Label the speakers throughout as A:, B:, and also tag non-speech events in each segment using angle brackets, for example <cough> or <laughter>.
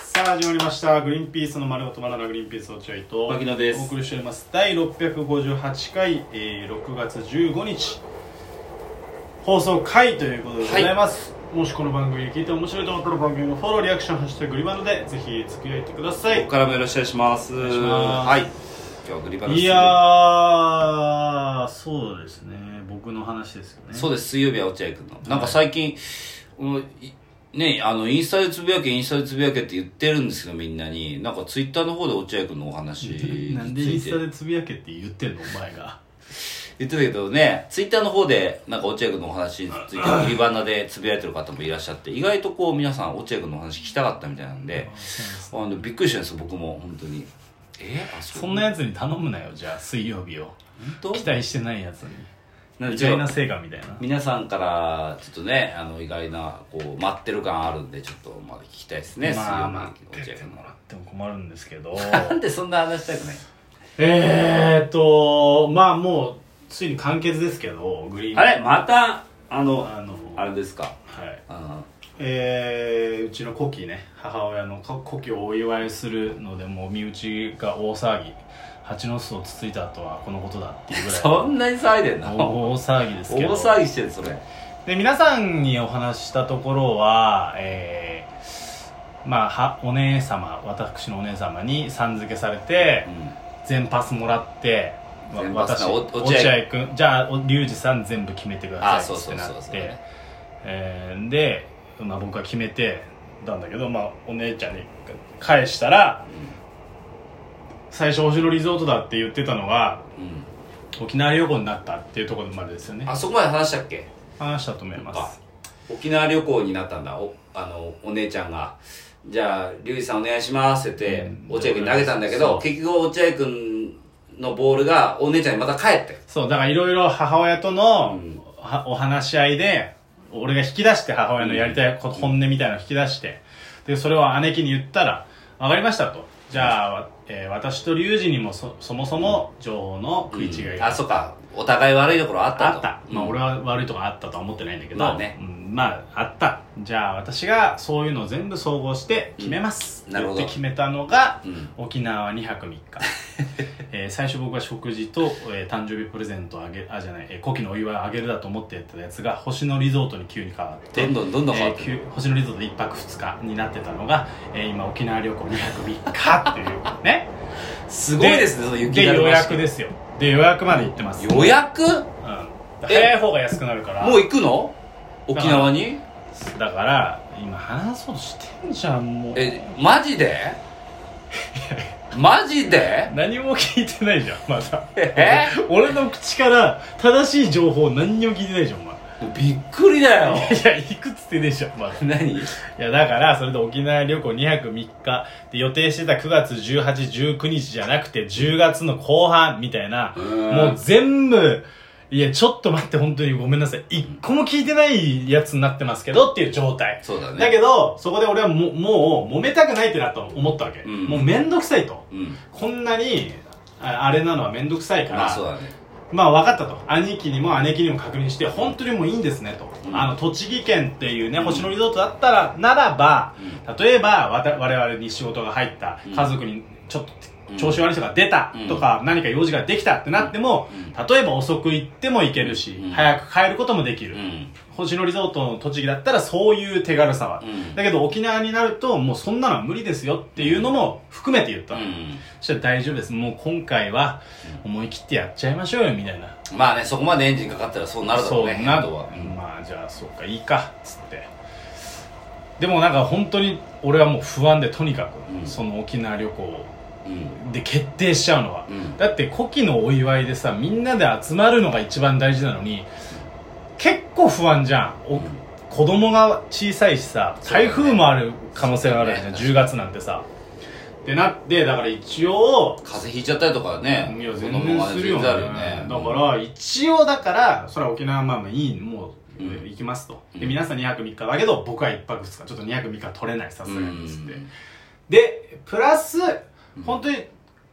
A: さあ始まりましたグリーンピースの丸ごとバナナグリーンピース落合と
B: 牧野です
A: お送りしております第658回、えー、6月15日放送回ということでございます、もしこの番組聞いて面白いと思ったら番組のフォローリアクション「ハッシュタググリバナ」でぜひつぶやいてくださ
B: こ
A: い
B: こからもよろしくお願いします。
A: いします
B: はい。今日グリバナス
A: いやーそうですね僕の話ですよね
B: そうです、水曜日は落合君の。なんか最近、うんいね、あの、インスタでつぶやけ、インスタでつぶやけって言ってるんですけど、みんなに。なんかツイッターの方で落合君のお話につい
A: <laughs>
B: て。
A: なんでインスタでつぶやけって言ってんのお前が
B: 言ってたけどね、ツイッターの方で、なんか落合君のお話について、グリバナでつぶやいてる方もいらっしゃって、意外とこう皆さん落合君のお話聞きたかったみたいな
A: <laughs>
B: んで、あのびっくりしたんですよ、僕も、本当に。えあ、
A: そんなやつに頼むなよじゃあ水曜日を
B: 本
A: 期待してないやつに
B: 当なん
A: 意
B: でちょ
A: 外な成果みたいな
B: 皆さんからちょっとねあの意外なこう待ってる感あるんでちょっとまだ聞きたいですね
A: まあ
B: 水曜
A: まあ
B: 日の
A: 出
B: 落合
A: て
B: 君
A: もらっても困るんですけ
B: <laughs>
A: ど
B: なんでそんな話したくない
A: えーっとまあもうついに完結ですけどグリーン
B: あれまたあの
A: あの
B: あれですか
A: はい
B: あの
A: えーうちの古希ね母親のこ古希をお祝いするのでもう身内が大騒ぎ蜂の巣をつついた後はこのことだっていうぐらい
B: そんなに騒いでんの
A: 大騒ぎです
B: 大
A: けど
B: 騒ぎしてるそれ
A: で皆さんにお話ししたところは、えーまあ、はお姉様私のお姉様にさん付けされて全パスもらってわ
B: 全パス
A: 私
B: なお
A: 落
B: 落合
A: 合君じゃあおリュウジさん全部決めてください
B: あ
A: って
B: そうそう
A: な
B: そう
A: っ
B: そう
A: てえーで、まあ、僕が決めてたんだけど、まあ、お姉ちゃんに返したら最初星野リゾートだって言ってたのが
B: うん、うん
A: 沖縄旅行になったっていうところまでですよね
B: あそこまで話したっけ
A: 話したと思いま
B: あ
A: す
B: 沖縄旅行になったんだおあのお姉ちゃんがじゃあ龍二さんお願いしますって言って
A: うん
B: 落合君に投げたんだけ
A: そ
B: ど
A: う
B: 結局落合君のボールがお姉ちゃんにまた帰って
A: そう、だからいろいろ母親との
B: うん
A: はお話し合いで、俺が引き出して母親のやりたいこと、本音みたいなのを引き出して、で、それを姉貴に言ったら、わかりましたと。じゃあ、わえー私と龍二にもそそもそも情報の食い違いが
B: あそうかお互い悪いところあった
A: あ
B: と
A: った、まあ、俺は悪いとこあったとは思ってないんだけど、
B: まあね
A: うんまああったじゃあ私がそういうのを全部総合して決めます、
B: うんなるほど
A: って決めたのが、
B: うん
A: 沖縄2泊3日、えー最初僕は食事と、えー誕生日プレゼントをあげあじゃない、えー、古希のお祝いをあげるだと思ってやってたやつが星野リゾートに急に変わって
B: どんどんどんどん変わって
A: えー急星野リゾート1泊2日になってたのが、えー今沖縄旅行2泊3日っていうね
B: <laughs> すごいですねその雪
A: で
B: だる
A: 予
B: ま式
A: 約ですよで予約まで行ってます
B: 予約
A: うん、
B: え
A: 早い方が安くなるから
B: もう行くの沖縄に
A: だから今話そうとしてんじゃんもう
B: えマジでマジで
A: 何も聞いてないじゃんまだ
B: え
A: 俺の口から正しい情報何にも聞いてないじゃんお前
B: びっくりだよ
A: いやいくつってねえじゃんまだ
B: <laughs> 何
A: いやだからそれで沖縄旅行2泊3日で予定してた9月1819日じゃなくて10月の後半みたいな
B: うん
A: もう全部いやちょっと待って本当にごめんなさい一個も聞いてないやつになってますけどっていう状態
B: そうだね
A: だけど、そこで俺はももう、揉めたくないってなと思ったわけ。
B: うん
A: もうめんどくさいと。
B: うん
A: こんなに、ああれなのはめんどくさいから、
B: まあそうだね
A: まあ分かったと。兄貴にも姉貴にも確認して、本当にもういいんですねと。
B: うん
A: あの、栃木県っていうね、星野リゾートだったら、ならば、例えば、わた我々に仕事が入った、
B: うん
A: 家族にちょっと
B: うん
A: 調子悪い人が出たとか、何か用事ができたってなっても、例えば遅く行っても行けるし、
B: うん
A: 早く帰ることもできる。
B: うん
A: 星野リゾートの栃木だったらそういう手軽さはある、
B: うん
A: だけど沖縄になるともうそんなのは無理ですよっていうのも含めて言った
B: う
A: の、
B: ん
A: そしたら大丈夫ですもう今回は思い切ってやっちゃいましょうよみたいな
B: まあねそこまでエンジンかかったらそうなるだろうね
A: そうな
B: 今度はうん
A: まあじゃあそうかいいかっつってでもなんか本当に俺はもう不安でとにかく、
B: うん
A: その沖縄旅行
B: うん
A: で決定しちゃうのは、
B: うん
A: だって古希のお祝いでさみんなで集まるのが一番大事なのに結構不安じゃん、お子供が小さいしさ
B: そうだね
A: 台風もある可能性があるじゃん、
B: そうだね
A: 10月なんてさってなってだから一応
B: 風邪ひいちゃったりとかね
A: いや
B: そ
A: 全
B: んなもん
A: 然
B: あ
A: す
B: れ
A: るよ
B: 全
A: ね
B: 然あるよね
A: だから一応だからそれは沖縄まあまあいいもう、
B: うん
A: 行きますとで
B: うん
A: 皆さん2泊3日だけど僕は1泊2日ちょっと2泊3日は取れないさすがにっつって、
B: うん
A: でプラス本当に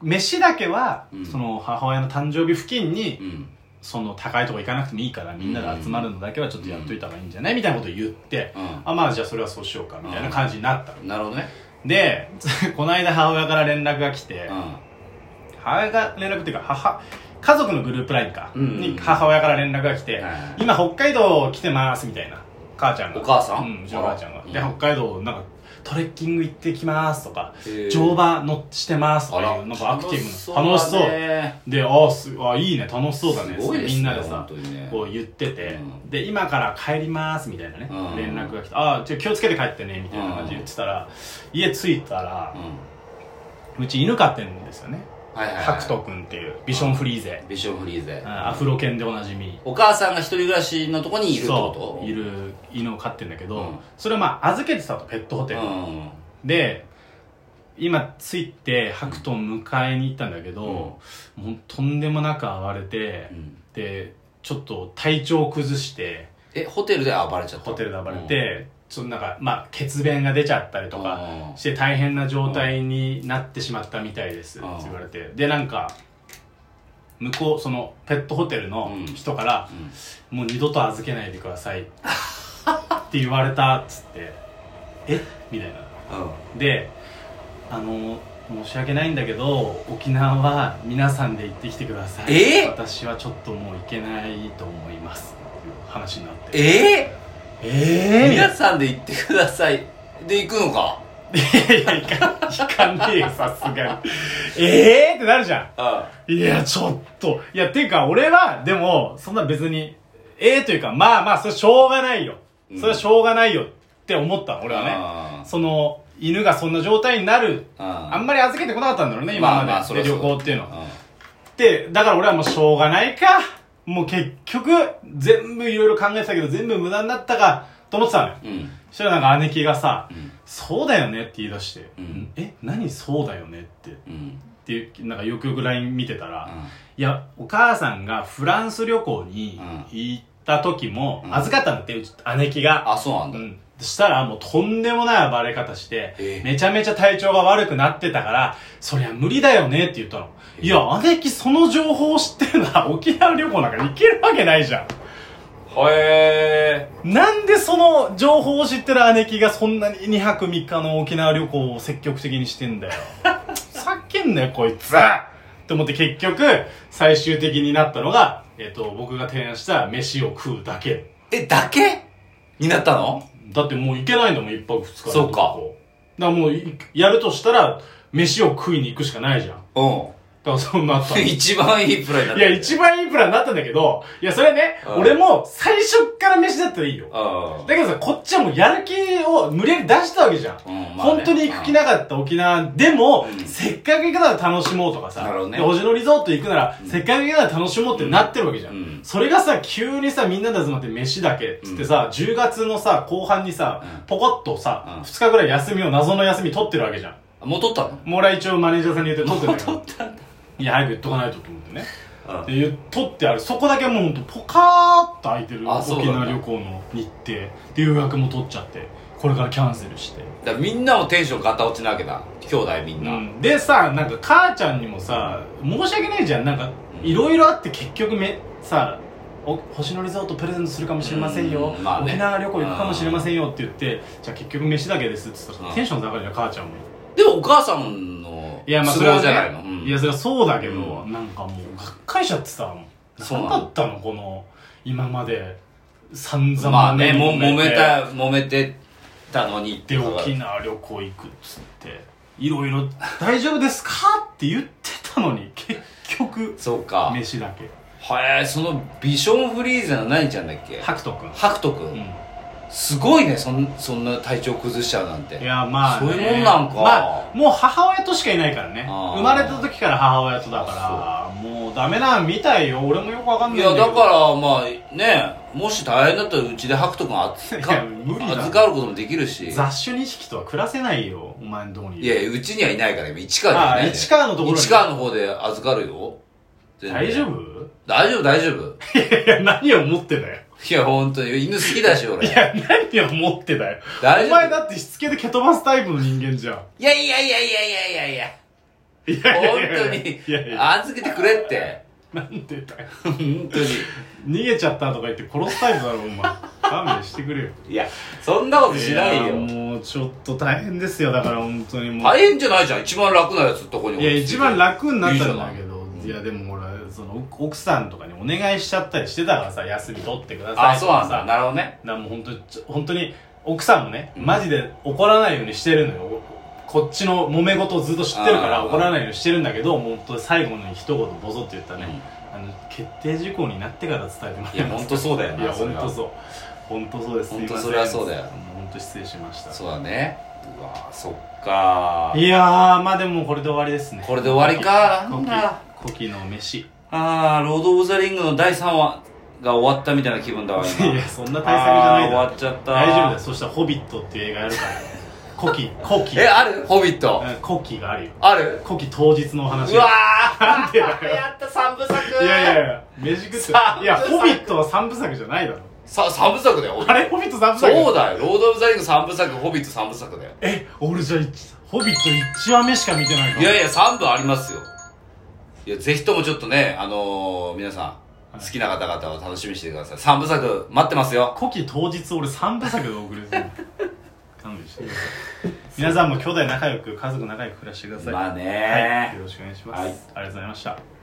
A: 飯だけは、
B: うん
A: その母親の誕生日付近に、
B: うん
A: その高いとこ行かなくてもいいからみんなで集まるのだけはちょっとやっといた方がいいんじゃないみたいなことを言って、
B: うん
A: あまあじゃあそれはそうしようかみたいな感じになったの、
B: なるほどね
A: で <laughs> この間母親から連絡が来て、
B: うん
A: 母親が連絡っていうか母家族のグループラインか、
B: うんうんうん
A: に母親から連絡が来て、
B: はい
A: 今北海道来てますみたいな母ちゃんが
B: お母さん
A: うんうちの母ちゃんが
B: あ
A: で
B: らうん
A: 北海道なんかトレッキング行ってきますとか
B: へー
A: 乗馬乗してますと
B: あ
A: からいうなんかアクティブな
B: 楽
A: 楽
B: し
A: し
B: そう
A: そう
B: だね
A: でああすあいいね楽しそうだね
B: すごいですね
A: みんなでさ
B: 本当にね
A: こう言ってて、
B: うん
A: で今から帰りますみたいなね、
B: うん
A: 連絡が来て「ああちょ気をつけて帰ってね」みたいな感じで言ってたら、家着いたら
B: う、ん
A: うち犬飼ってるんですよね
B: はいはいはい
A: ハクト君っていうビションフリーゼ、
B: ビションフリーゼ
A: うんアフロ犬でおなじみ
B: お母さんが一人暮らしのとこにいるってこ
A: そ
B: と
A: ういる犬を飼ってるんだけど、
B: うん
A: それをまあ預けてたとペットホ
B: う
A: テ
B: ん
A: ル、で今着いてハクトン迎えに行ったんだけど、
B: うん
A: もうとんでもなく暴れて、
B: うん
A: でちょっと体調を崩して
B: えホテルで暴れちゃった
A: ホテルで暴れて、そのなんかまあ血便が出ちゃったりとか
B: うん
A: して大変な状態になってしまったみたいですっ
B: う
A: て
B: ん
A: 言われてでなんか向こうそのペットホテルの人から
B: う
A: 「
B: ん
A: もう二度と預けないでください」って言われたっつって「えみたいなであの申し訳ないんだけど沖縄は皆さんで行ってきてください
B: え
A: 私はちょっともう行けないと思いますっていう話になって
B: え
A: え
B: ー
A: いや
B: 皆さんで行ってくださいで行くのか
A: いやいかん行かねえよさすがにええー、ってなるじゃ
B: うん
A: んいやちょっといやっていうか俺はでもそんな別にええというかまあまあそれしょうがないよそれはしょうがないよって思ったの俺はね、
B: あ
A: その犬がそんな状態になる
B: ーあ
A: あんまり預けてこなかったんだろうね、今まで。
B: まあまあそりゃ
A: で
B: そう
A: 旅
B: だ
A: 行っていうのは。
B: ー
A: で、だから俺はもうしょうがないか。もう結局、全部いろいろ考えてたけど、全部無駄になったか、と思ってたのよ。
B: うんうん
A: そしたらなんか姉貴がさ、
B: うん
A: そうだよねって言い出して、
B: うん
A: え、何そうだよねって。っ
B: うん
A: ていう、なんかよくよく LINE 見てたら、
B: あ
A: いや、お母さんがフランス旅行に行った時も、
B: うん
A: 預かったんだって、うち姉貴が。
B: あそうなん
A: う
B: だ
A: ん。そしたらもうとんでもない暴れ方して、
B: えー
A: めちゃめちゃ体調が悪くなってたから、そりゃ無理だよねって言ったの。
B: え
A: いや、姉貴その情報を知ってるなら沖縄旅行なんか行けるわけないじゃ
B: へえ
A: ん。なんでその情報を知ってる姉貴がそんなに2泊3日の沖縄旅行を積極的にして
B: <laughs>
A: んだよ。さっきんなよ、こいつ。って思って結局、最終的になったのが、えっと、僕が提案した飯を食うだけ。
B: えだけになったの
A: だってもう行けないんだもん、1泊2日で
B: そうか
A: だからもうい、やるとしたら、飯を食いに行くしかないじゃん。だ
B: うん
A: からそうなったの
B: <laughs> 一番いいプランだった
A: いや、一番いいプランになったんだけど、いや、それね、
B: うん
A: 俺も最初っから飯だったらいいよ。
B: うん
A: だけどさ、こっちはもうやる気を無理やり出したわけじゃん。
B: うんまあね
A: 本当に行く気なかった沖縄でも、
B: うん
A: せっかく行くなら楽しもうとかさ、
B: なるほどね
A: で星野リゾート行くなら、せっかく行くなら楽しもうってなってるわけじゃん。
B: うん
A: それがさ、急にさ、みんなで集まって飯だけっつってさ、10月のさ、後半にさ、
B: うん
A: ポコッとさ、
B: うん
A: 2日ぐらい休みを謎の休み取ってるわけじゃん。
B: もう取ったの
A: もう俺は一応マネージャーさんに言って取ってるん
B: <laughs>
A: だけど、
B: ったんだ
A: いや、早く言っとかないとと思ってね。
B: うん
A: で言っとってあるそこだけもうほんとポカーッと空いてる
B: あそうなん
A: 沖縄
B: だ
A: 旅行の日程で予約も取っちゃってこれからキャンセルして、
B: だからみんなもテンションガタ落ちなわけだ兄弟みんな、
A: うんでさなんか母ちゃんにもさ申し訳ないじゃんなんか
B: うん
A: いろいろあって結局めさお星野リゾートプレゼントするかもしれませんよ、
B: うんまあね
A: 沖縄旅行行くかもしれませんよって言ってじゃあ結局飯だけですって言った
B: う
A: ら
B: ん
A: テンション下がるじゃん母ちゃんも
B: でもお母さんの
A: いやまあ
B: 都
A: それは、
B: 合
A: ね、
B: じゃないの、うん
A: いやそれはそうだけど、
B: う
A: なんかもうがっかりしちゃってさもう
B: そうな
A: 何
B: の
A: だったのこの今まで散々
B: まあねも揉め
A: て
B: た揉めてたのにって
A: で
B: ことだ
A: 沖縄旅行行くっつっていろい
B: <laughs>
A: ろ「大丈夫ですか?」って言ってたのに結局
B: そうか
A: 飯だけ
B: はいそのビションフリーゼの何ちゃんだっけ
A: ハクト君
B: ハクト君、
A: うん
B: すごいねそんそんな体調崩しちゃうなんて
A: いやまあ、ね、
B: そういうもんなんか
A: まあ、もう母親としかいないからね
B: あー
A: 生まれた時から母親とだからもうダメなんみたいよ俺もよくわかんないいんだ
B: や
A: けど
B: だからまあねもし大変だったらうちでハクト君
A: <laughs>
B: 預
A: い
B: か
A: や無理だ
B: 預かることもできるし
A: 雑種錦とは暮らせないよお前のとこに
B: いやうちにはいないから今市川で
A: あ市川のところに
B: 市川の方で預かるよ全然
A: 大丈夫 <laughs>
B: 大丈夫大丈夫
A: いや何を持ってだよ
B: いや本当に犬好きだし俺
A: いや何を持ってだよ
B: 大
A: お前
B: 丈
A: だってしつけで蹴飛ばすタイプの人間じゃん
B: 夫いやいやいやいやいやいやいや
A: いやいやいや
B: 本当
A: いやい
B: に
A: や
B: 預けてくれって
A: なんでだよ
B: 本当に
A: 逃げちゃったとか言って殺すタイプだろお前勘弁してくれよ
B: いやそんなことしない
A: や
B: よ
A: もうもちょっと大変ですよだから本当にもう
B: 大変じゃないじゃん一番楽なやつとこに
A: いや
B: 落ち着て
A: 一番楽になったんだけ
B: いい
A: ど
B: じゃな
A: いや
B: い
A: でも俺その奥奥さんとかにお願いしちゃったりしてたからさ休み取ってください
B: あそうなんだ
A: だ
B: なるほどね
A: からもう本当にちょ本当に奥さんもねマジで怒らないようにしてるのよこっちの揉め事をずっと知ってるか
B: あ
A: ら
B: ー
A: 怒らないようにしてるんだけどもう本当最後に一言ボソって言ったね、あの決定事項になってから伝えてもらえます
B: いや本当そうだよない
A: や
B: それ
A: 本
B: は
A: 当そう本当そうです
B: 本当
A: すいません
B: それはそうだよ
A: もう本当失礼しました
B: そうだねうわーそっかー
A: いやーまあでもこれで終わりですね
B: これで終わりかなんだ
A: コキの飯
B: あーロード・オブ・ザ・リングの第3話が終わったみたいな気分だわ今
A: いやそんな対策じゃないだろ
B: あー終わっちゃった
A: 大丈夫だよそしたら「ホビット」っていう映画やるからコキコキ
B: えあるホビット
A: うんコキがあるよ
B: ある
A: コキ当日のお話
B: うわ
A: なんでだよ
B: ーやった三部作
A: いやいやいや飯食って
B: 三
A: い
B: 部作
A: や「ホビット」は三部作じゃないだろ
B: さ三部作だよ
A: あれ「ホビット」三部作
B: そうだよロード・オブ・ザ・リング三部作ホビット三部作だよ
A: え俺じゃあ一「ホビット」1話目しか見てないか
B: い
A: ら
B: やいや3部ありますよいやぜひともちょっとねあのー、皆さん
A: い
B: 好きな方々を楽しみにしてください三部作待ってますよ
A: 古希当日俺3部作で送る勘弁してください皆さんも兄弟仲良く家族仲良く暮らしてください、
B: まあね
A: はい、よろしくお願いします、
B: は
A: あ
B: い
A: りがとうございました